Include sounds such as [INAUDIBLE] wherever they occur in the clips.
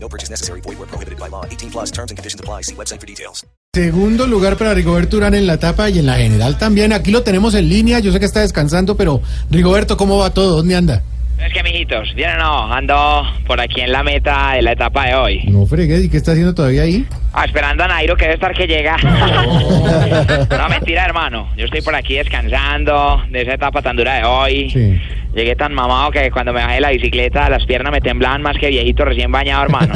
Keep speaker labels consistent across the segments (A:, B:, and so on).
A: No purchase necessary. Void where prohibited by law. 18 plus terms and conditions apply. See website for details.
B: Segundo lugar para Rigoberto Urán en la etapa y en la general también. Aquí lo tenemos en línea. Yo sé que está descansando, pero Rigoberto, ¿cómo va todo? ¿Dónde anda?
C: Es que, mijitos, ya no, ando por aquí en la meta de la etapa de hoy.
B: No fregues, ¿y qué está haciendo todavía ahí?
C: Ah, esperando a Nairo, que debe estar que llega. no, mentira, hermano. Yo estoy por aquí descansando de esa etapa tan dura de hoy.
B: Sí.
C: Llegué tan mamado que cuando me bajé de la bicicleta las piernas me temblaban más que viejito recién bañado, hermano.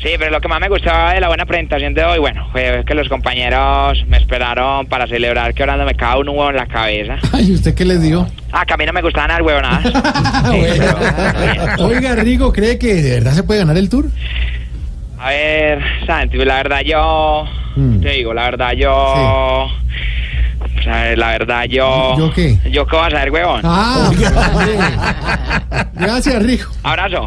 C: sí, pero lo que más me gustaba de la buena presentación de hoy, bueno, fue que los compañeros me esperaron para celebrar quebrándome cada un huevo en la cabeza.
B: [LAUGHS] Ay, ¿usted qué les dio?
C: Ah, que a mí no me gustaban
B: [LAUGHS]
C: las huevonadas. [LAUGHS] Sí, pero-
B: Oiga, Rigo, ¿cree que de verdad se puede ganar el tour?
C: A ver, Santi, la verdad yo...
B: Mm.
C: Te digo, la verdad yo... pues, a ver, la verdad yo...
B: ¿Yo qué?
C: ¿Yo qué vas a ver, huevón?
B: Ah, hombre. gracias, Rigo.
C: Abrazo.